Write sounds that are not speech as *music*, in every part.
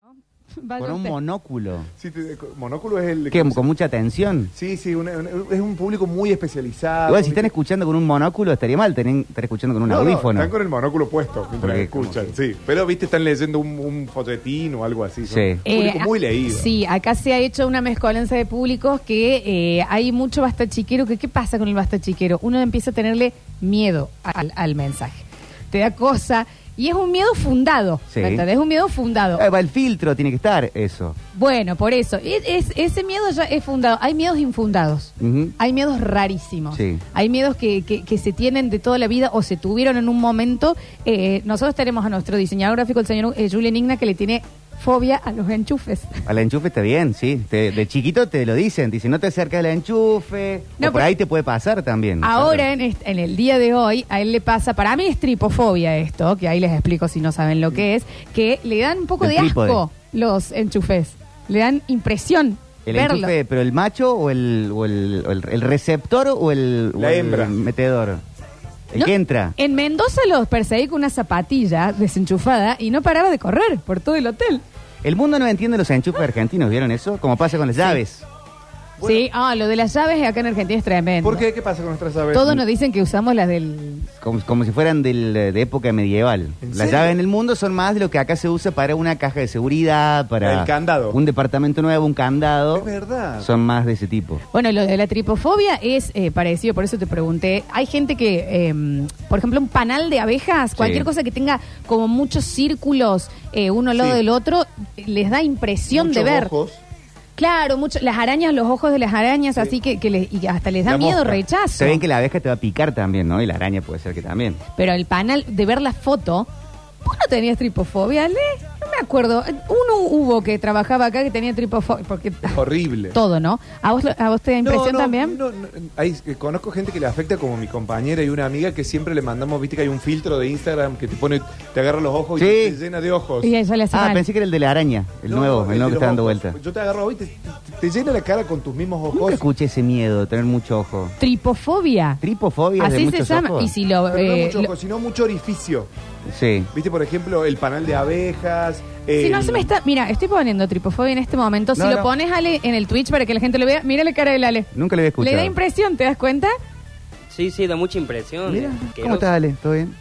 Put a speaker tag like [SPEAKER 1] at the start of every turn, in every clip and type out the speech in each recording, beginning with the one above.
[SPEAKER 1] *laughs* Vaya
[SPEAKER 2] Por un
[SPEAKER 1] usted.
[SPEAKER 2] monóculo.
[SPEAKER 3] Sí, te- eh, monóculo es el...
[SPEAKER 2] ¿Qué? ¿Con mucha atención?
[SPEAKER 3] Sí, sí, una- una- es un público muy especializado.
[SPEAKER 2] Igual, si están
[SPEAKER 3] ¿viste?
[SPEAKER 2] escuchando con un monóculo, estaría mal tener, estar escuchando con un
[SPEAKER 3] Ah, No, no,
[SPEAKER 2] audífono.
[SPEAKER 3] están con el monóculo puesto mientras
[SPEAKER 2] Porque
[SPEAKER 3] escuchan,
[SPEAKER 2] como
[SPEAKER 3] sí. Pero, viste, están leyendo un, un folletín o algo así. son
[SPEAKER 2] Sí.
[SPEAKER 3] un público
[SPEAKER 1] Eh,
[SPEAKER 3] muy leído.
[SPEAKER 1] Sí, acá se ha hecho una mezcolanza de públicos que eh, hay mucho basta chiquero. Que, ¿Qué pasa con el basta chiquero? Uno empieza a tenerle miedo al, al mensaje. Te da cosa. Y es un miedo fundado.
[SPEAKER 2] Sí.
[SPEAKER 1] ¿me entendés? Es un miedo fundado.
[SPEAKER 2] Ah, va el filtro, tiene que estar eso.
[SPEAKER 1] Bueno, por eso. Es- es- ese miedo ya es fundado. Hay miedos infundados.
[SPEAKER 2] Ujú.
[SPEAKER 1] Hay miedos rarísimos.
[SPEAKER 2] Sí.
[SPEAKER 1] Hay miedos que, que- que se tienen de toda la vida o se tuvieron en un momento. Eh, nosotros tenemos a nuestro diseñador gráfico, el señor eh, Julian Igna, que le tiene fobia a los enchufes.
[SPEAKER 2] Al enchufe está bien, sí. Te- de chiquito te lo dicen. Te dicen, no te acerques al enchufe.
[SPEAKER 1] No,
[SPEAKER 2] o por
[SPEAKER 1] pero-
[SPEAKER 2] ahí te puede pasar también.
[SPEAKER 1] Ahora, en, est- en el día de hoy, a él le pasa, para mí es tripofobia esto, que ahí les explico si no saben lo que es, que le dan un poco
[SPEAKER 2] El
[SPEAKER 1] de asco
[SPEAKER 2] trípode.
[SPEAKER 1] los enchufes. Le dan impresión
[SPEAKER 2] El
[SPEAKER 1] verlo.
[SPEAKER 2] enchufe, pero el macho o el, o el, o el- el receptor o el, o
[SPEAKER 3] La
[SPEAKER 2] el
[SPEAKER 3] hembra.
[SPEAKER 2] metedor. El
[SPEAKER 1] No, Eh.
[SPEAKER 2] que entra.
[SPEAKER 1] En Mendoza los perseguí con una zapatilla desenchufada y no paraba de correr por todo el hotel.
[SPEAKER 2] El mundo no entiende los enchufes argentinos, ¿vieron eso? Como pasa con las llaves.
[SPEAKER 3] Bueno.
[SPEAKER 1] Sí, ah, lo de las llaves acá en Argentina es tremendo.
[SPEAKER 3] ¿Por qué? ¿Qué pasa con nuestras aves?
[SPEAKER 1] Todos nos dicen que usamos las del...
[SPEAKER 2] Como, como si fueran del, de época medieval.
[SPEAKER 3] ¿En
[SPEAKER 2] Las
[SPEAKER 3] serio?
[SPEAKER 2] llaves en el mundo son más de lo que acá se usa para una caja de seguridad, para
[SPEAKER 3] El candado.
[SPEAKER 2] un departamento nuevo, un candado.
[SPEAKER 3] Es verdad.
[SPEAKER 2] Son más de ese tipo.
[SPEAKER 1] Bueno, lo de la tripofobia es eh, parecido, por eso te pregunté. Hay gente que, eh, por ejemplo, un panal de abejas, cualquier cosa que tenga como muchos círculos eh, uno al lado
[SPEAKER 3] Sí.
[SPEAKER 1] del otro, les da impresión
[SPEAKER 3] Muchos
[SPEAKER 1] de ver.
[SPEAKER 3] ojos.
[SPEAKER 1] Claro, mucho, las arañas, los ojos de las arañas, así que, que les- y hasta les da
[SPEAKER 3] La
[SPEAKER 1] miedo,
[SPEAKER 3] mosca.
[SPEAKER 1] rechazo.
[SPEAKER 2] Se ven que la abeja te va a picar también, ¿no? Y la araña puede ser que también.
[SPEAKER 1] Pero el panel, de ver la foto, vos no tenías tripofobia, Ale. No me acuerdo. Uno hubo que trabajaba acá que tenía tripofobia. Porque
[SPEAKER 3] Es horrible.
[SPEAKER 1] todo, ¿no? ¿A vos, lo- a vos te da impresión
[SPEAKER 3] No, no,
[SPEAKER 1] también?
[SPEAKER 3] no, no, hay- eh, conozco gente que le afecta como mi compañera y una amiga que siempre le mandamos, viste que hay un filtro de Instagram que te pone, te agarra los ojos y
[SPEAKER 2] Sí.
[SPEAKER 3] te llena de ojos.
[SPEAKER 1] Y ella le hace
[SPEAKER 2] Ah,
[SPEAKER 1] mal.
[SPEAKER 2] pensé que era el de la araña, el
[SPEAKER 3] No,
[SPEAKER 2] nuevo,
[SPEAKER 3] no,
[SPEAKER 2] el nuevo que
[SPEAKER 3] de
[SPEAKER 2] está
[SPEAKER 3] los
[SPEAKER 2] dando
[SPEAKER 3] ojos.
[SPEAKER 2] vuelta.
[SPEAKER 3] Yo te agarro hoy y te, te- te llena la cara con tus mismos ojos.
[SPEAKER 2] Nunca escuché ese miedo, tener mucho ojo.
[SPEAKER 1] Tripofobia.
[SPEAKER 2] Tripofobia es de
[SPEAKER 1] Así se
[SPEAKER 2] muchos
[SPEAKER 1] llama.
[SPEAKER 2] ojos.
[SPEAKER 1] Y si lo.
[SPEAKER 3] Pero no
[SPEAKER 1] eh,
[SPEAKER 3] mucho
[SPEAKER 1] lo-
[SPEAKER 3] ojo, sino mucho orificio.
[SPEAKER 2] Sí.
[SPEAKER 3] Viste, por ejemplo, el panal de abejas.
[SPEAKER 1] si
[SPEAKER 3] el-
[SPEAKER 1] no se me está. Mira, estoy poniendo tripofobia en este momento. si
[SPEAKER 2] Eh, No,
[SPEAKER 1] lo
[SPEAKER 2] no.
[SPEAKER 1] pones, Ale, en el Twitch para que la gente lo vea, mira la cara del Ale.
[SPEAKER 2] Nunca lo había
[SPEAKER 1] Le
[SPEAKER 2] escuchado.
[SPEAKER 1] da impresión, ¿te das cuenta? *laughs*
[SPEAKER 4] Sí, sí, da mucha impresión.
[SPEAKER 2] Mira,
[SPEAKER 4] eh,
[SPEAKER 2] ¿cómo
[SPEAKER 4] asqueroso.
[SPEAKER 2] estás, Ale? ¿Todo bien?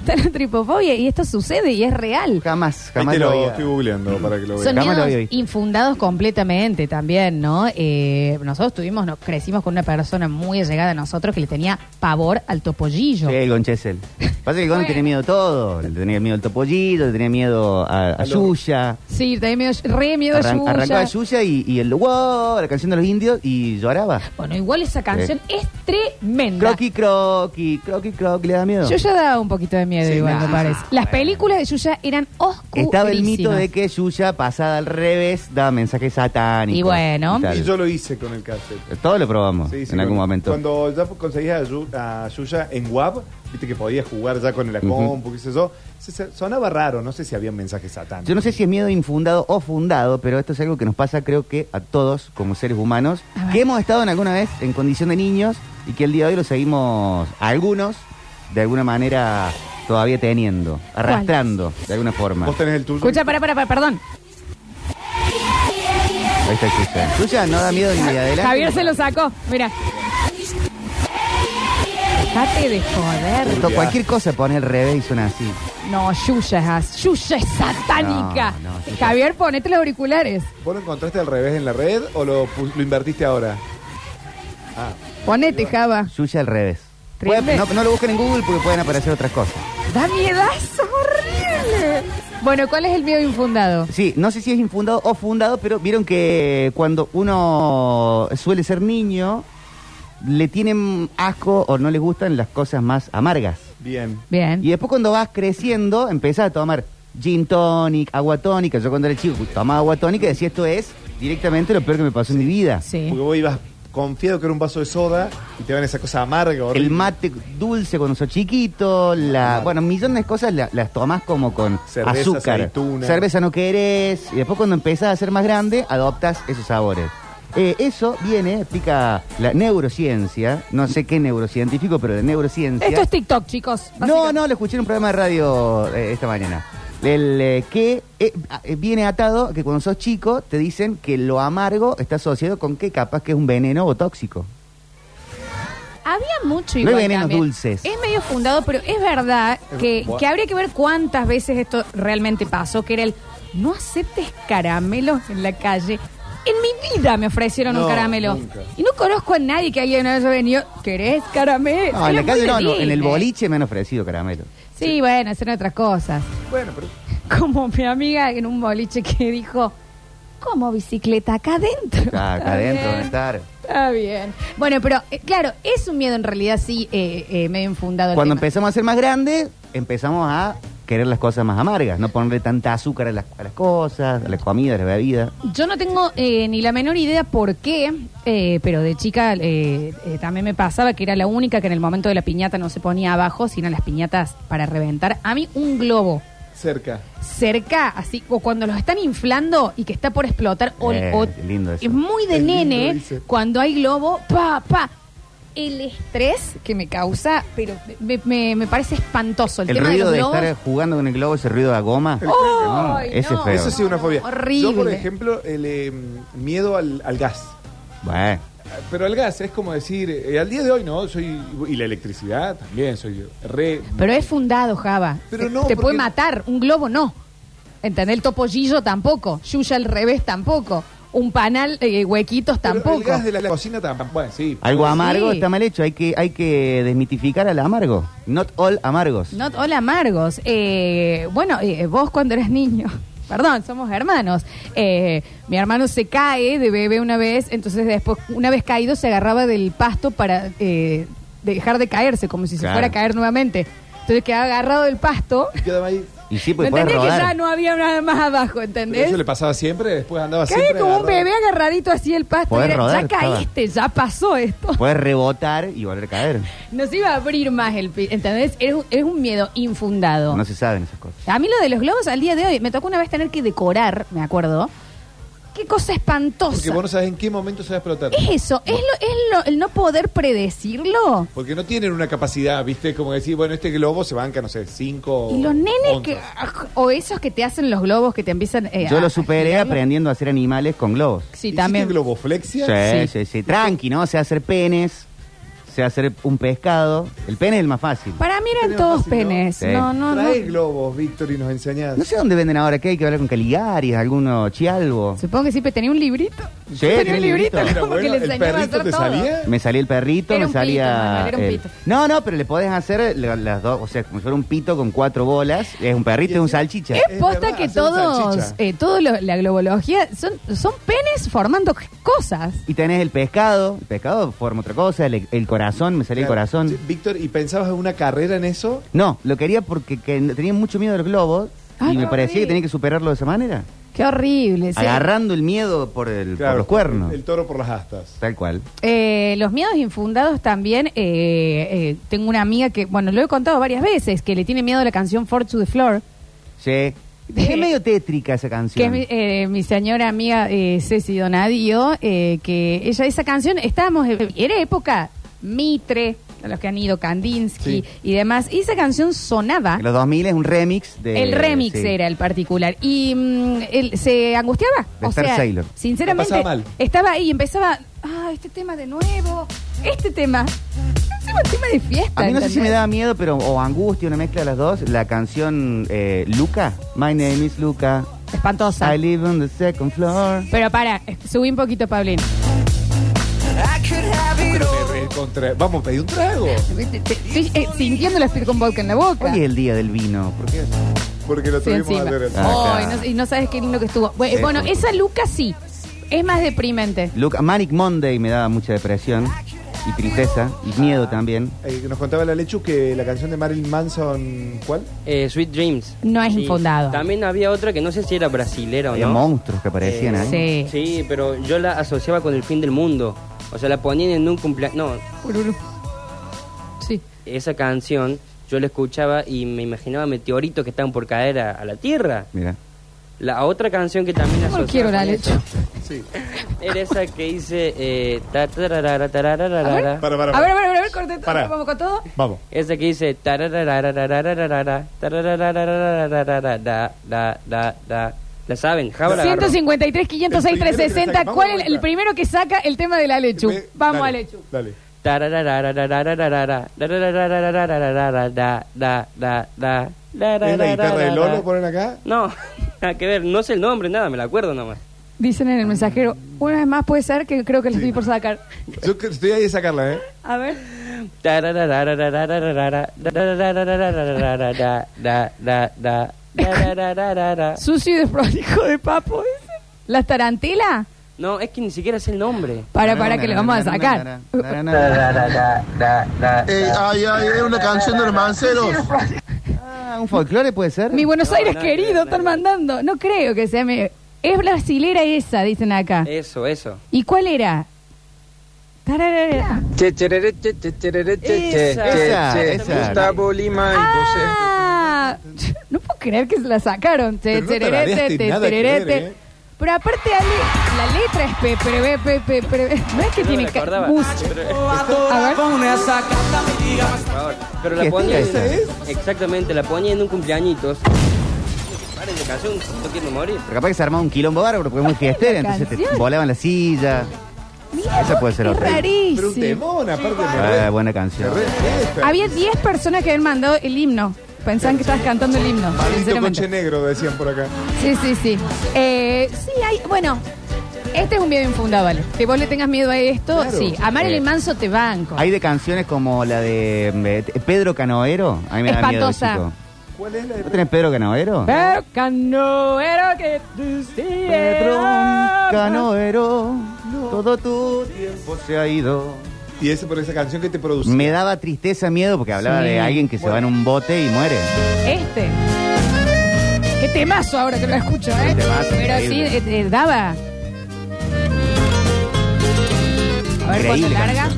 [SPEAKER 1] Está la tripofobia y esto sucede y es real.
[SPEAKER 2] Jamás,
[SPEAKER 3] Ahí
[SPEAKER 2] jamás
[SPEAKER 3] te
[SPEAKER 2] lo,
[SPEAKER 3] lo
[SPEAKER 2] había-
[SPEAKER 3] estoy googleando para que lo
[SPEAKER 1] Son
[SPEAKER 3] veas.
[SPEAKER 2] Jamás lo había
[SPEAKER 1] miedos
[SPEAKER 2] visto.
[SPEAKER 1] infundados completamente también, ¿no? Eh, nosotros tuvimos, nos crecimos con una persona muy allegada a nosotros que le tenía pavor al topollillo.
[SPEAKER 2] Sí, el Gonchesel. Pasa que el Gon
[SPEAKER 1] Bueno.
[SPEAKER 2] tenía miedo a todo. Le tenía miedo al topollillo, le tenía miedo a, a
[SPEAKER 3] A los-
[SPEAKER 2] Yuya.
[SPEAKER 1] Sí, también me dio re miedo
[SPEAKER 2] Arran-
[SPEAKER 1] a
[SPEAKER 2] arrancaba
[SPEAKER 1] Yuya.
[SPEAKER 2] Yuya y, y el wow, la canción de los indios, y lloraba.
[SPEAKER 1] Bueno, igual esa canción es tremenda.
[SPEAKER 2] Croqui, croqui, croqui, croqui, le da miedo.
[SPEAKER 1] Yuya daba un poquito de miedo
[SPEAKER 2] Sí,
[SPEAKER 1] igual,
[SPEAKER 2] no,
[SPEAKER 1] me
[SPEAKER 2] sí,
[SPEAKER 1] parece.
[SPEAKER 2] sí.
[SPEAKER 1] Las películas de Yuya eran oscuras.
[SPEAKER 2] Estaba el mito de que Yuya, pasada al revés, daba mensajes satánicos.
[SPEAKER 1] Y bueno.
[SPEAKER 2] tal.
[SPEAKER 3] Y yo lo hice con el cassette.
[SPEAKER 2] Todo lo probamos
[SPEAKER 3] Sí, sí,
[SPEAKER 2] en algún
[SPEAKER 3] cuando-
[SPEAKER 2] momento.
[SPEAKER 3] Cuando ya conseguías a, Yu- a Yuya en WAP, viste que podías jugar ya con la
[SPEAKER 2] Ujú.
[SPEAKER 3] compu, qué sé yo. se- se- sonaba raro, no sé si había mensajes satánicos.
[SPEAKER 2] Yo no sé si es miedo infundado o fundado, pero esto es algo que nos pasa creo que a todos como seres humanos,
[SPEAKER 1] A ver.
[SPEAKER 2] que hemos estado en alguna vez en condición de niños y que el día de hoy lo seguimos algunos de alguna manera todavía teniendo, arrastrando de alguna forma.
[SPEAKER 3] Vos tenés el tuyo.
[SPEAKER 1] Escucha, para, para, para, perdón.
[SPEAKER 2] Ahí está Yuya. Yuya no da miedo ni de adelante.
[SPEAKER 1] Javier se lo sacó, mira. Date de joder.
[SPEAKER 2] Esto, cualquier cosa pone al revés y suena así.
[SPEAKER 1] No, Yuya es, as- Yuya es satánica.
[SPEAKER 2] No, no, Yuya.
[SPEAKER 1] Javier, ponete los auriculares.
[SPEAKER 3] ¿Vos lo encontraste al revés en la red o lo, pu- lo invertiste ahora? Ah,
[SPEAKER 1] Ponete, Java.
[SPEAKER 2] Yuya al revés.
[SPEAKER 1] Tremendo.
[SPEAKER 2] Puede- no, no lo busquen en Google porque pueden aparecer otras cosas.
[SPEAKER 1] Da miedazo, horrible. Bueno, ¿cuál es el miedo infundado?
[SPEAKER 2] Sí, no sé si es infundado o fundado, pero vieron que cuando uno suele ser niño, le tienen asco o no le gustan las cosas más amargas.
[SPEAKER 3] bien.
[SPEAKER 1] Bien.
[SPEAKER 2] Y después cuando vas creciendo, empezás a tomar gin tonic, agua tónica. Yo cuando era chico tomaba agua tónica y decía, esto es directamente lo peor que me pasó en mi vida.
[SPEAKER 1] Sí.
[SPEAKER 3] Porque vos ibas confiado que era un vaso de soda y te van esa cosa amarga.
[SPEAKER 2] El
[SPEAKER 3] horrible.
[SPEAKER 2] mate dulce cuando sos chiquito, la,
[SPEAKER 3] Claro.
[SPEAKER 2] bueno, millones de cosas la- las tomás como con
[SPEAKER 3] Cerveza,
[SPEAKER 2] azúcar.
[SPEAKER 3] aceituna.
[SPEAKER 2] Cerveza no querés. Y después cuando empezás a ser más grande, adoptas esos sabores. Eh, eso viene, explica la neurociencia, no sé qué neurocientífico, pero de neurociencia.
[SPEAKER 1] Esto es TikTok, chicos.
[SPEAKER 2] No, no, lo escuché en un programa de radio eh, esta mañana. El eh, que eh, a- eh, viene atado a que cuando sos chico te dicen que lo amargo está asociado con que capaz que es un veneno o tóxico.
[SPEAKER 1] Había mucho
[SPEAKER 2] No hay
[SPEAKER 1] igual
[SPEAKER 2] venenos
[SPEAKER 1] también.
[SPEAKER 2] dulces.
[SPEAKER 1] Es medio fundado, pero es verdad que,
[SPEAKER 3] bu-
[SPEAKER 1] que habría que ver cuántas veces esto realmente pasó, que era el no aceptes caramelos en la calle. En mi vida me ofrecieron un
[SPEAKER 3] No,
[SPEAKER 1] caramelo.
[SPEAKER 3] nunca.
[SPEAKER 1] Y no conozco a nadie que alguien haya venido, ¿querés caramelo?
[SPEAKER 2] No, Ah, en
[SPEAKER 1] Era
[SPEAKER 2] la calle
[SPEAKER 1] muy
[SPEAKER 2] no,
[SPEAKER 1] de
[SPEAKER 2] no, en el
[SPEAKER 1] Disney.
[SPEAKER 2] boliche me han ofrecido caramelo.
[SPEAKER 1] Sí, bueno, hacer otras cosas.
[SPEAKER 3] Bueno, pero.
[SPEAKER 1] Como mi amiga en un boliche que dijo, ¿cómo bicicleta acá adentro?
[SPEAKER 2] Acá, acá
[SPEAKER 1] Está
[SPEAKER 2] adentro van a
[SPEAKER 1] bien.
[SPEAKER 2] estar.
[SPEAKER 1] Está bien. Bueno, pero eh, claro, es un miedo en realidad, sí, eh, eh, medio infundado. el
[SPEAKER 2] Cuando
[SPEAKER 1] tema.
[SPEAKER 2] empezamos a ser más grandes, empezamos a querer las cosas más amargas, no ponerle tanta azúcar a las, a las cosas, a las comidas, a las bebidas.
[SPEAKER 1] Yo no tengo eh, ni la menor idea por qué, eh, pero de chica eh, eh, también me pasaba que era la única que en el momento de la piñata no se ponía abajo, sino las piñatas para reventar. A mí un globo
[SPEAKER 3] Cerca.
[SPEAKER 1] cerca, así, o cuando los están inflando y que está por explotar, o,
[SPEAKER 2] Eh,
[SPEAKER 1] o-
[SPEAKER 2] lindo eso.
[SPEAKER 1] es muy de
[SPEAKER 3] Es lindo,
[SPEAKER 1] nene
[SPEAKER 3] dice.
[SPEAKER 1] cuando hay globo, pa, pa. El estrés que me causa, pero me, me- me parece espantoso. El,
[SPEAKER 2] El,
[SPEAKER 1] tema
[SPEAKER 2] ruido
[SPEAKER 1] de
[SPEAKER 2] de
[SPEAKER 1] los globos.
[SPEAKER 2] estar jugando con el globo, ese ruido de goma. No,
[SPEAKER 1] ¡Ay,
[SPEAKER 2] ese
[SPEAKER 1] no!
[SPEAKER 2] es feo.
[SPEAKER 3] Eso sí, una fobia.
[SPEAKER 1] Horrible.
[SPEAKER 3] Yo, por ejemplo, el eh, miedo al, al gas.
[SPEAKER 2] Bueno,
[SPEAKER 3] Pero al gas es como decir, eh, al día de hoy no, soy. Y la electricidad también, soy re.
[SPEAKER 1] Pero es fundado, Java.
[SPEAKER 3] Pero
[SPEAKER 1] te,
[SPEAKER 3] no,
[SPEAKER 1] te
[SPEAKER 3] porque-
[SPEAKER 1] puede matar. Un globo no. ¿Entendés? El topollillo tampoco. Yuya al revés tampoco. Un panal, eh, huequitos
[SPEAKER 3] Pero
[SPEAKER 1] tampoco.
[SPEAKER 3] El gas de la, la cocina tampoco. Bueno, sí.
[SPEAKER 2] algo amargo
[SPEAKER 1] Sí.
[SPEAKER 2] está mal hecho, hay que, hay que desmitificar al amargo. Not all amargos.
[SPEAKER 1] No, hola, amargos. Eh, bueno, eh, vos cuando eras niño. *laughs* Perdón, somos hermanos. Eh, mi hermano se cae de bebé una vez, entonces después, una vez caído, se agarraba del pasto para eh, dejar de caerse, como si se
[SPEAKER 2] Claro.
[SPEAKER 1] fuera a caer nuevamente. Entonces quedaba agarrado del pasto.
[SPEAKER 3] Y quedaba ahí.
[SPEAKER 2] Y sí, pues
[SPEAKER 1] ¿Me
[SPEAKER 2] puedes
[SPEAKER 1] entendés que ya
[SPEAKER 2] rodar.
[SPEAKER 1] no había nada más abajo,
[SPEAKER 3] Pero
[SPEAKER 1] ¿entendés?
[SPEAKER 3] eso le pasaba siempre, después andaba
[SPEAKER 1] Cae
[SPEAKER 3] Ah, siempre.
[SPEAKER 1] como un
[SPEAKER 3] agarrado.
[SPEAKER 1] bebé agarradito así el pasto.
[SPEAKER 2] Podés
[SPEAKER 1] Era, ya
[SPEAKER 2] rodar,
[SPEAKER 1] caíste, ya pasó esto.
[SPEAKER 2] Puedes rebotar y volver a caer.
[SPEAKER 1] Nos iba a abrir más el pi- ¿entendés? Es un, es un miedo infundado.
[SPEAKER 2] No se saben esas cosas.
[SPEAKER 1] A mí lo de los globos al día de hoy, me tocó una vez tener que decorar, me acuerdo. Qué cosa
[SPEAKER 3] Porque
[SPEAKER 1] espantosa.
[SPEAKER 3] vos no sabes en qué momento se va a explotar.
[SPEAKER 1] Es eso, es, lo, es lo- el no poder predecirlo.
[SPEAKER 3] Porque no tienen una capacidad, ¿viste? Como decir, bueno, este globo se banca, no sé, cinco.
[SPEAKER 1] Y los nenes que,
[SPEAKER 3] onzas.
[SPEAKER 1] o esos que te hacen los globos que te empiezan eh,
[SPEAKER 2] Yo
[SPEAKER 1] a-
[SPEAKER 2] lo
[SPEAKER 1] a
[SPEAKER 2] superé
[SPEAKER 1] girarlo.
[SPEAKER 2] aprendiendo a hacer animales con globos.
[SPEAKER 1] Sí,
[SPEAKER 3] ¿Hiciste
[SPEAKER 1] también.
[SPEAKER 2] Sí,
[SPEAKER 3] globoflexia?
[SPEAKER 2] sí,
[SPEAKER 1] Sí.
[SPEAKER 2] sí, Tranqui, ¿no? Sé hacer penes, sé hacer un pescado. El pene es el más fácil.
[SPEAKER 1] Para mí eran
[SPEAKER 3] Tenemos
[SPEAKER 1] todos
[SPEAKER 3] fácil, ¿no?
[SPEAKER 1] penes.
[SPEAKER 2] Sí.
[SPEAKER 1] No, no, no.
[SPEAKER 3] Trae globos, Víctor, y nos enseñás.
[SPEAKER 2] No sé dónde venden ahora, que hay que hablar con Caligari, alguno chialbo.
[SPEAKER 1] Supongo que sí, pero tenía un librito.
[SPEAKER 2] Sí,
[SPEAKER 1] Yo tenía
[SPEAKER 2] tenía
[SPEAKER 1] un
[SPEAKER 2] el
[SPEAKER 1] librito,
[SPEAKER 2] librito.
[SPEAKER 3] Era
[SPEAKER 1] como
[SPEAKER 3] bueno,
[SPEAKER 1] que le
[SPEAKER 3] ¿el
[SPEAKER 1] enseñaba a
[SPEAKER 3] perrito
[SPEAKER 1] hacer
[SPEAKER 3] te
[SPEAKER 1] todo.
[SPEAKER 3] salía?
[SPEAKER 2] Me salía el perrito,
[SPEAKER 1] Era
[SPEAKER 2] me
[SPEAKER 1] un
[SPEAKER 2] salía.
[SPEAKER 1] pito, Manuel, era un
[SPEAKER 2] el-
[SPEAKER 1] pito.
[SPEAKER 2] No, no, pero le podés hacer la- las dos, o sea, como si fuera un pito con cuatro bolas. Es un perrito, es un salchicha.
[SPEAKER 1] Es
[SPEAKER 3] Es
[SPEAKER 1] posta
[SPEAKER 3] verdad,
[SPEAKER 1] que
[SPEAKER 3] hacer un
[SPEAKER 1] todos,
[SPEAKER 3] salchicha.
[SPEAKER 1] eh, todo lo- la globología son, son penes formando c- cosas.
[SPEAKER 2] Y tenés el pescado, el pescado forma otra cosa, el, el corazón, me salía el corazón.
[SPEAKER 3] Sí, Víctor, ¿y pensabas en una carrera en eso?
[SPEAKER 2] No, lo quería porque que- tenía mucho miedo a los globos
[SPEAKER 1] Ay,
[SPEAKER 2] y me
[SPEAKER 1] Ah, no,
[SPEAKER 2] parecía
[SPEAKER 1] sí.
[SPEAKER 2] que tenía que superarlo de esa manera.
[SPEAKER 1] Qué horrible. sí.
[SPEAKER 2] Agarrando el miedo por, el, por los cuernos.
[SPEAKER 3] El, el toro por las astas.
[SPEAKER 2] Tal cual.
[SPEAKER 1] Eh, los miedos infundados también. eh, eh, tengo una amiga que, bueno, lo he contado varias veces, que le tiene miedo a la canción Forge to the Floor.
[SPEAKER 2] Sí. Es medio tétrica esa
[SPEAKER 1] Que es
[SPEAKER 2] canción.
[SPEAKER 1] mi, eh, mi señora amiga eh, Ceci Donadio, eh, que ella, esa canción, estábamos, eh, era época Mitre, a los que han ido Kandinsky
[SPEAKER 3] Sí.
[SPEAKER 1] y demás, y esa canción sonaba.
[SPEAKER 2] En los 2000 es un remix de.
[SPEAKER 1] ¿Ah? el remix
[SPEAKER 2] Eh, sí.
[SPEAKER 1] era el particular. Y mm, él se angustiaba.
[SPEAKER 2] De
[SPEAKER 1] o
[SPEAKER 2] Star
[SPEAKER 1] sea,
[SPEAKER 2] Sailor.
[SPEAKER 1] sinceramente,
[SPEAKER 3] La pasaba mal.
[SPEAKER 1] estaba ahí y empezaba, ah, este tema de nuevo, este tema. Encima un tema de fiesta.
[SPEAKER 2] A mí no sé si me
[SPEAKER 1] ¿entendés?
[SPEAKER 2] daba miedo, pero o angustia, una mezcla de las dos. La canción eh, Luca, My Name is Luca,
[SPEAKER 1] Espantosa.
[SPEAKER 2] I live on the second floor.
[SPEAKER 1] Pero para, subí un poquito, Pablín.
[SPEAKER 3] Pero me- me contra- Vamos a pedir un trago.
[SPEAKER 1] Estoy eh, sintiendo la Spear con vodka en la boca.
[SPEAKER 2] Hoy es el día del vino.
[SPEAKER 3] ¿Por qué? Porque lo
[SPEAKER 1] Sí,
[SPEAKER 3] tuvimos
[SPEAKER 1] encima.
[SPEAKER 3] ayer.
[SPEAKER 2] Ah,
[SPEAKER 1] Oh, y,
[SPEAKER 2] claro.
[SPEAKER 1] no, y no sabes qué lindo que estuvo. Bueno,
[SPEAKER 2] Sí,
[SPEAKER 1] bueno,
[SPEAKER 2] sí.
[SPEAKER 1] esa Luca sí. Es más deprimente.
[SPEAKER 2] Luca, Manic Monday me daba mucha depresión y tristeza y miedo también.
[SPEAKER 3] Eh, nos contaba la Lechu que la canción de Marilyn Manson, ¿cuál?
[SPEAKER 4] Eh, Sweet Dreams.
[SPEAKER 1] No es infundado.
[SPEAKER 4] También había otra que no sé si era brasilera o
[SPEAKER 2] Había
[SPEAKER 4] no.
[SPEAKER 2] monstruos que aparecían
[SPEAKER 4] Eh,
[SPEAKER 2] ahí.
[SPEAKER 1] Sí.
[SPEAKER 4] Sí, pero yo la asociaba con el fin del mundo. O sea, la ponían en un cumpleaños. No,
[SPEAKER 1] Sí.
[SPEAKER 4] esa canción yo la escuchaba y me imaginaba meteoritos que estaban por caer a, a la Tierra.
[SPEAKER 2] Mira.
[SPEAKER 4] La otra canción que también
[SPEAKER 1] No
[SPEAKER 4] asociaba
[SPEAKER 1] quiero la
[SPEAKER 4] con
[SPEAKER 1] leche.
[SPEAKER 4] eso
[SPEAKER 3] Sí.
[SPEAKER 4] Era esa que dice... Eh, ta, tarara, tarara, tarara.
[SPEAKER 1] A ver.
[SPEAKER 3] Para, para,
[SPEAKER 1] A ver, a ver, a ver, a ver, corte todo,
[SPEAKER 3] Pará.
[SPEAKER 1] vamos con todo.
[SPEAKER 3] Vamos.
[SPEAKER 4] Esa que dice tararararararararara, tararararararararara, da, da, da. ¿La saben? Java la agarró.
[SPEAKER 1] 153, 506,
[SPEAKER 3] El primero que
[SPEAKER 1] 360.
[SPEAKER 3] saca,
[SPEAKER 1] ¿Cuál
[SPEAKER 3] vamos
[SPEAKER 1] es
[SPEAKER 3] a
[SPEAKER 1] el
[SPEAKER 3] buscar.
[SPEAKER 1] primero que saca el tema de la Lechu?
[SPEAKER 3] Ve-
[SPEAKER 1] Vamos
[SPEAKER 3] dale,
[SPEAKER 1] a Lechu.
[SPEAKER 3] Dale.
[SPEAKER 4] Tararararararararara, tararararararararara, da, da, da, da,
[SPEAKER 3] ¿Es la guitarra de Lolo? Ponen acá.
[SPEAKER 4] No, nada que ver, no sé el nombre, nada, me la acuerdo nomás.
[SPEAKER 1] Dicen en el mensajero, una vez más puede ser que creo que lo estoy por sacar.
[SPEAKER 3] Yo que- estoy ahí de sacarla, ¿eh?
[SPEAKER 1] A ver.
[SPEAKER 4] Tararararararararara, tarararararararara, da, da, da, da, tarararararara.
[SPEAKER 1] Sucio y desprolijo de papo ese. ¿Las tarantelas?
[SPEAKER 4] No, es que ni siquiera sé el nombre.
[SPEAKER 1] Para, para, que le vamos a sacar.
[SPEAKER 3] Eh,
[SPEAKER 5] ay, ay, es una canción de los manceros.
[SPEAKER 2] Ah, ¿Un folclore puede ser?
[SPEAKER 1] Mi Buenos
[SPEAKER 4] No,
[SPEAKER 1] Aires
[SPEAKER 4] nada que ver,
[SPEAKER 1] querido,
[SPEAKER 4] nada
[SPEAKER 1] están
[SPEAKER 4] que ver.
[SPEAKER 1] mandando. No creo que sea... me- Es brasilera esa, dicen acá.
[SPEAKER 4] Eso, eso.
[SPEAKER 1] ¿Y cuál era? Tararara.
[SPEAKER 6] Che, cherere, che, che, cherere, che, che,
[SPEAKER 4] Esa,
[SPEAKER 6] che,
[SPEAKER 2] esa,
[SPEAKER 6] che.
[SPEAKER 2] esa.
[SPEAKER 6] Gustavo Lima y José.
[SPEAKER 1] Ah, *laughs* no puedo creer que se la sacaron. Te,
[SPEAKER 3] Pero no te la
[SPEAKER 1] tererete,
[SPEAKER 3] dejaste
[SPEAKER 1] te,
[SPEAKER 3] nada que
[SPEAKER 1] tererete.
[SPEAKER 3] ver, ¿eh?
[SPEAKER 1] Pero aparte, Ale, la letra es pe, preve, pe, pe, preve. No es que
[SPEAKER 4] No me
[SPEAKER 1] tiene
[SPEAKER 4] la
[SPEAKER 1] que.
[SPEAKER 4] acordaba.
[SPEAKER 1] música.
[SPEAKER 4] Pero-
[SPEAKER 1] A ver,
[SPEAKER 4] Pero
[SPEAKER 2] ¿Qué
[SPEAKER 4] la ponía.
[SPEAKER 2] esta
[SPEAKER 4] en- Exactamente, la ponía en un cumpleañitos. Paren de canción, no quiero morir.
[SPEAKER 2] Pero capaz que se armaba un quilombo bárbaro porque es muy fiestera,
[SPEAKER 1] La
[SPEAKER 2] entonces te
[SPEAKER 1] canción.
[SPEAKER 2] volaban la silla.
[SPEAKER 1] mira,
[SPEAKER 2] Esa puede ser
[SPEAKER 1] es
[SPEAKER 2] otra.
[SPEAKER 3] Pero un
[SPEAKER 1] rarísimo.
[SPEAKER 3] temón, aparte. me
[SPEAKER 2] Ah,
[SPEAKER 3] re-
[SPEAKER 2] buena
[SPEAKER 3] me
[SPEAKER 2] canción.
[SPEAKER 3] re- esta.
[SPEAKER 1] Había 10 personas que habían mandado el himno. Pensaban que estabas cantando el himno.
[SPEAKER 3] Maldito
[SPEAKER 1] sinceramente.
[SPEAKER 3] coche negro, decían por acá.
[SPEAKER 1] Sí, sí, sí. Eh, sí, hay. Bueno, este es un miedo infundado, Ale. Que vos le tengas miedo a esto,
[SPEAKER 3] Claro.
[SPEAKER 1] sí. A
[SPEAKER 4] Eh,
[SPEAKER 1] Marilyn
[SPEAKER 2] Sí.
[SPEAKER 1] Manso te banco.
[SPEAKER 2] Hay de canciones como la de mm, Pedro Canoero. A mí me da miedo de
[SPEAKER 1] Espantosa.
[SPEAKER 2] chico.
[SPEAKER 3] ¿Cuál es la
[SPEAKER 2] ¿No
[SPEAKER 3] de
[SPEAKER 2] tenés Pedro Canoero?
[SPEAKER 1] Pero canoero que tú sí
[SPEAKER 2] Pedro
[SPEAKER 1] eras.
[SPEAKER 2] Canoero, todo tu tiempo se ha ido.
[SPEAKER 3] Y ese por esa canción que te produce.
[SPEAKER 2] Me daba tristeza, miedo, porque hablaba
[SPEAKER 1] Sí.
[SPEAKER 2] de alguien que se va en un bote y muere.
[SPEAKER 1] Este. Qué temazo ahora que lo escucho, ¿eh?
[SPEAKER 2] temazo,
[SPEAKER 1] Pero sí,
[SPEAKER 2] increíble.
[SPEAKER 1] eh, eh, daba. A ver cuánto
[SPEAKER 2] Increíble
[SPEAKER 1] larga.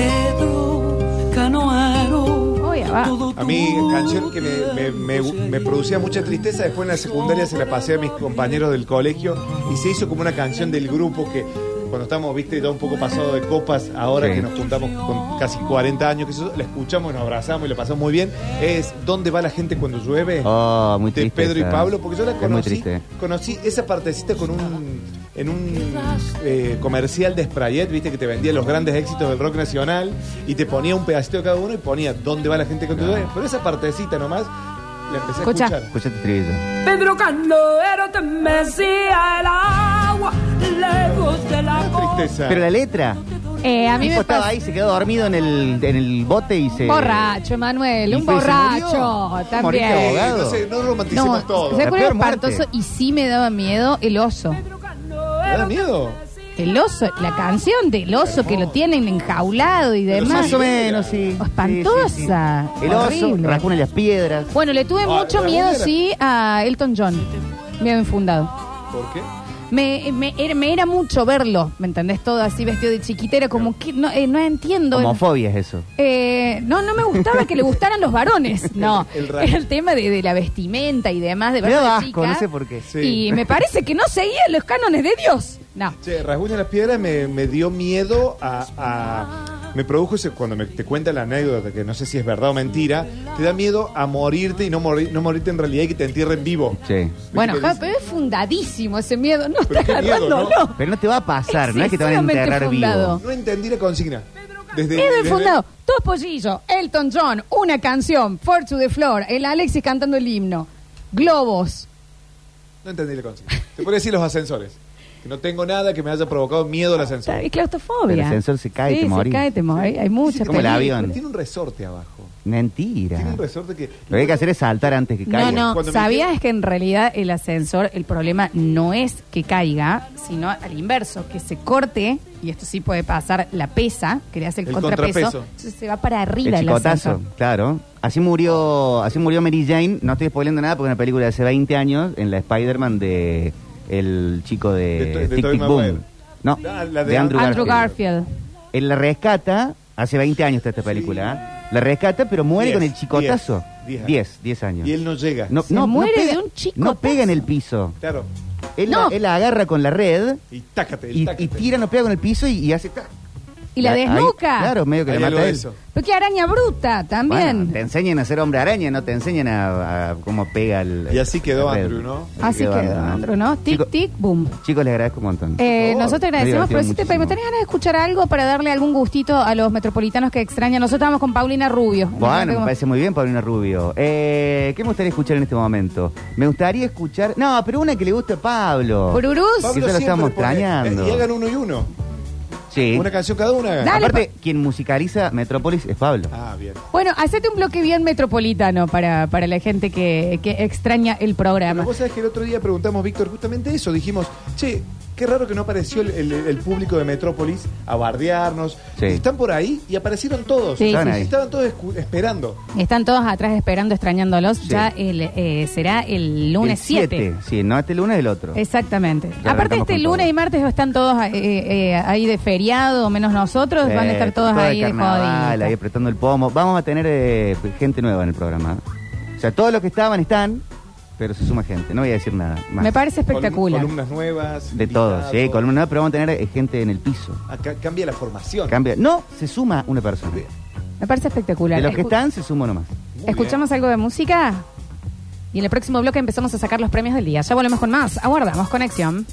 [SPEAKER 7] Pedro Canoaro.
[SPEAKER 1] Uy, va.
[SPEAKER 3] A mí, canción que me, me- me- me producía mucha tristeza. Después en la secundaria se la pasé a mis compañeros del colegio y se hizo como una canción del grupo que cuando estamos, viste, ya un poco pasado de copas, ahora
[SPEAKER 2] Sí.
[SPEAKER 3] que nos juntamos con casi 40 años, que eso, la escuchamos, nos abrazamos y la pasamos muy bien. Es ¿Dónde va la gente cuando llueve?
[SPEAKER 2] Oh, muy
[SPEAKER 3] de
[SPEAKER 2] triste.
[SPEAKER 3] Pedro y
[SPEAKER 2] esa.
[SPEAKER 3] Pablo, porque yo la
[SPEAKER 2] Es muy
[SPEAKER 3] conocí,
[SPEAKER 2] triste.
[SPEAKER 3] conocí esa partecita con un en un eh, comercial de Sprayet, viste que te vendía los grandes éxitos del rock nacional y te ponía un pedacito de cada uno y ponía dónde va la gente con tu
[SPEAKER 2] Claro.
[SPEAKER 3] dueño. Pero esa partecita nomás la empecé
[SPEAKER 1] Escucha.
[SPEAKER 3] a escuchar.
[SPEAKER 2] Escuchate este estribillo.
[SPEAKER 7] Pedro Canoero te mecía el agua lejos de la
[SPEAKER 3] Una tristeza.
[SPEAKER 2] Pero la letra.
[SPEAKER 1] Eh, a mí
[SPEAKER 2] tipo
[SPEAKER 1] me
[SPEAKER 2] estaba
[SPEAKER 1] pasa.
[SPEAKER 2] ahí, se quedó dormido en el, en el bote y se.
[SPEAKER 1] Borracho, Emanuel,
[SPEAKER 2] ¿Y
[SPEAKER 1] un
[SPEAKER 2] fue- se
[SPEAKER 1] borracho
[SPEAKER 2] murió? Moriste
[SPEAKER 1] también.
[SPEAKER 2] ahogado.
[SPEAKER 3] Eh, no, sé, no romanticemos
[SPEAKER 1] No,
[SPEAKER 3] todo.
[SPEAKER 1] ¿se
[SPEAKER 2] La
[SPEAKER 1] acuerdan
[SPEAKER 2] peor muerte.
[SPEAKER 1] espantoso? Y sí me daba miedo el oso.
[SPEAKER 3] ¿Te da miedo?
[SPEAKER 1] El oso, la canción del oso que lo tienen enjaulado y
[SPEAKER 3] Pero
[SPEAKER 1] demás.
[SPEAKER 2] Más o menos, sí.
[SPEAKER 1] Espantosa.
[SPEAKER 2] Sí, sí, sí. El oso,
[SPEAKER 1] Horrible.
[SPEAKER 2] rascuna las piedras.
[SPEAKER 1] Bueno, le tuve
[SPEAKER 3] Ah,
[SPEAKER 1] mucho
[SPEAKER 3] la
[SPEAKER 1] miedo,
[SPEAKER 3] buena.
[SPEAKER 1] sí, a Elton John. Miedo infundado.
[SPEAKER 3] ¿Por qué?
[SPEAKER 1] Me, me, era, me era mucho verlo, ¿me entendés? Todo así vestido de chiquitera, como que no, eh, no entiendo.
[SPEAKER 2] Homofobia es eso.
[SPEAKER 1] Eh, no, no me gustaba que le gustaran los
[SPEAKER 2] *laughs*
[SPEAKER 1] varones. No,
[SPEAKER 3] El ra-
[SPEAKER 1] era el tema de, de la vestimenta y demás, de
[SPEAKER 2] Me
[SPEAKER 1] verlo
[SPEAKER 2] daba
[SPEAKER 1] de
[SPEAKER 2] asco,
[SPEAKER 1] chica.
[SPEAKER 2] no sé por qué.
[SPEAKER 3] Sí.
[SPEAKER 1] Y me parece que no seguía los cánones de Dios. No.
[SPEAKER 3] Che, Rasguña las Piedras me, me dio miedo a, a- Me produjo ese, cuando me, te cuenta la anécdota, que no sé si es verdad o mentira, te da miedo a morirte y no, morir, no morirte en realidad y que te entierren vivo.
[SPEAKER 2] Sí.
[SPEAKER 1] Bueno,
[SPEAKER 3] ¿Viste que
[SPEAKER 1] ja,
[SPEAKER 3] dice?
[SPEAKER 1] pero es fundadísimo ese miedo. No
[SPEAKER 3] Pero
[SPEAKER 1] está
[SPEAKER 3] qué miedo,
[SPEAKER 1] agarrando,
[SPEAKER 3] ¿no?
[SPEAKER 1] no.
[SPEAKER 2] Pero no te va a pasar, no es que te van a
[SPEAKER 1] Excesivamente
[SPEAKER 2] enterrar
[SPEAKER 1] fundado.
[SPEAKER 2] vivo.
[SPEAKER 3] No entendí la consigna. Desde,
[SPEAKER 1] Miedo
[SPEAKER 3] desde-
[SPEAKER 1] infundado. Dos pollillos, Elton John, una canción, Fortune de Flor, el Alexis cantando el himno, globos.
[SPEAKER 3] No entendí la consigna. Te podría decir los ascensores. Que no tengo nada que me haya provocado miedo al ascensor.
[SPEAKER 1] Es claustrofobia.
[SPEAKER 2] El ascensor se cae y
[SPEAKER 1] Sí,
[SPEAKER 2] te morís.
[SPEAKER 1] Se cae, y te morís. Hay muchas
[SPEAKER 2] Como el
[SPEAKER 1] películas.
[SPEAKER 2] avión.
[SPEAKER 3] Tiene un resorte abajo.
[SPEAKER 2] Mentira.
[SPEAKER 3] Tiene un resorte que.
[SPEAKER 2] Lo que hay que hacer es saltar antes que caiga.
[SPEAKER 1] No, no,
[SPEAKER 3] Cuando me
[SPEAKER 1] ¿sabías
[SPEAKER 3] dijeron-
[SPEAKER 1] que en realidad el ascensor, el problema no es que caiga, sino al inverso, que se corte, y esto sí puede pasar, la pesa, que le hace el,
[SPEAKER 3] El
[SPEAKER 1] contrapeso,
[SPEAKER 3] contrapeso.
[SPEAKER 1] entonces se va para
[SPEAKER 2] El
[SPEAKER 1] arriba el,
[SPEAKER 2] chicotazo,
[SPEAKER 1] ascensor.
[SPEAKER 2] claro. Así murió, así murió Mary Jane. No estoy spoileando nada porque es una película de hace 20 años, en la Spider-Man de el chico
[SPEAKER 3] De
[SPEAKER 2] de,
[SPEAKER 3] to- de
[SPEAKER 2] Tic
[SPEAKER 3] Tobey
[SPEAKER 2] Tic
[SPEAKER 3] Maguire.
[SPEAKER 2] Boom. No,
[SPEAKER 3] Ah,
[SPEAKER 2] de,
[SPEAKER 3] la de
[SPEAKER 2] Andrew,
[SPEAKER 1] Andrew
[SPEAKER 2] Garfield.
[SPEAKER 1] Garfield.
[SPEAKER 2] Él la rescata, hace 20 años está esta película, ¿eh? La rescata, pero muere
[SPEAKER 3] Diez,
[SPEAKER 2] con el chicotazo.
[SPEAKER 3] diez, diez
[SPEAKER 2] 10,
[SPEAKER 3] años.
[SPEAKER 2] 10 años.
[SPEAKER 3] Y él no llega.
[SPEAKER 1] Se muere de un chicotazo.
[SPEAKER 2] No pega en el piso.
[SPEAKER 3] Claro.
[SPEAKER 2] Él,
[SPEAKER 1] No.
[SPEAKER 2] la, él la agarra con la red
[SPEAKER 3] Y tácate,
[SPEAKER 2] y,
[SPEAKER 3] tácate.
[SPEAKER 2] y tira, no pega con el piso y, y hace. tac.
[SPEAKER 1] Y la
[SPEAKER 2] Ahí-
[SPEAKER 1] desnuca.
[SPEAKER 2] claro, medio que
[SPEAKER 3] Hay
[SPEAKER 2] la
[SPEAKER 3] algo
[SPEAKER 2] mata
[SPEAKER 3] de
[SPEAKER 2] él.
[SPEAKER 3] eso.
[SPEAKER 1] Pero qué araña bruta también.
[SPEAKER 2] Bueno, te enseñan a ser hombre araña, no te enseñan a, a cómo pega el.
[SPEAKER 3] Y así quedó
[SPEAKER 2] la red.
[SPEAKER 3] Andrew, ¿no?
[SPEAKER 1] Así que, Andro, ¿no? Tic,
[SPEAKER 2] Chicos-
[SPEAKER 1] tic, boom.
[SPEAKER 2] Chicos, les agradezco un montón.
[SPEAKER 1] Eh, nosotros te agradecemos,
[SPEAKER 2] Me
[SPEAKER 1] pero
[SPEAKER 2] divertí
[SPEAKER 1] si te
[SPEAKER 2] muchísimo.
[SPEAKER 1] ¿tenés ganas de escuchar algo para darle algún gustito a los metropolitanos que extrañan? Nosotros estamos con Paulina Rubio.
[SPEAKER 2] Bueno, me parece muy bien, Paulina Rubio. Eh, ¿Qué me gustaría escuchar en este momento? Me gustaría escuchar. No, pero una que le guste a Pablo.
[SPEAKER 1] Pururús.
[SPEAKER 2] Pablo- lo estamos
[SPEAKER 3] pone-
[SPEAKER 2] extrañando. Eh.
[SPEAKER 3] eh, y hagan uno y uno.
[SPEAKER 2] Sí.
[SPEAKER 3] Una canción cada una. hagan.
[SPEAKER 1] Dale,
[SPEAKER 2] Aparte, quien musicaliza Metrópolis es Pablo.
[SPEAKER 3] Ah, bien.
[SPEAKER 1] Bueno, hacete un bloque bien metropolitano para, para la gente que, que extraña el
[SPEAKER 3] Pero
[SPEAKER 1] programa.
[SPEAKER 3] vos sabés que el otro día preguntamos, Víctor, justamente eso. Dijimos, che, qué raro que no apareció el, el- el público de Metrópolis a bardearnos.
[SPEAKER 2] Sí.
[SPEAKER 3] Están por ahí y aparecieron todos.
[SPEAKER 1] Sí,
[SPEAKER 2] Estaban sí, ahí. sí.
[SPEAKER 3] Estaban todos escu- esperando.
[SPEAKER 1] Están todos atrás esperando, extrañándolos.
[SPEAKER 2] Sí.
[SPEAKER 1] Ya el, eh, será el lunes
[SPEAKER 2] El
[SPEAKER 1] 7.
[SPEAKER 2] Sí, no este lunes, el otro.
[SPEAKER 1] Exactamente.
[SPEAKER 2] Ya
[SPEAKER 1] Aparte
[SPEAKER 2] arrancamos
[SPEAKER 1] este
[SPEAKER 2] con todo.
[SPEAKER 1] lunes y martes están todos eh, eh, ahí de feriado, menos nosotros, van a estar
[SPEAKER 2] Eh,
[SPEAKER 1] todos
[SPEAKER 2] todo de
[SPEAKER 1] ahí de
[SPEAKER 2] carnaval,
[SPEAKER 1] jodidos.
[SPEAKER 2] ahí apretando el pomo. Vamos a tener eh, gente nueva en el programa. O sea, todos los que estaban están, pero se suma gente. No voy a decir nada más.
[SPEAKER 1] Me parece espectacular.
[SPEAKER 3] Colum- columnas nuevas.
[SPEAKER 2] De todo,
[SPEAKER 3] invitados.
[SPEAKER 2] sí, columna nueva, pero vamos a tener eh, gente en el piso.
[SPEAKER 3] Acá cambia la formación.
[SPEAKER 2] Cambia. No, se suma una persona.
[SPEAKER 3] Bien.
[SPEAKER 1] Me parece espectacular.
[SPEAKER 2] De los que
[SPEAKER 1] Escu-
[SPEAKER 2] están, se suma uno más.
[SPEAKER 3] Muy
[SPEAKER 1] Escuchamos algo de música y en el próximo bloque empezamos a sacar los premios del día. Ya volvemos con más. Aguardamos conexión.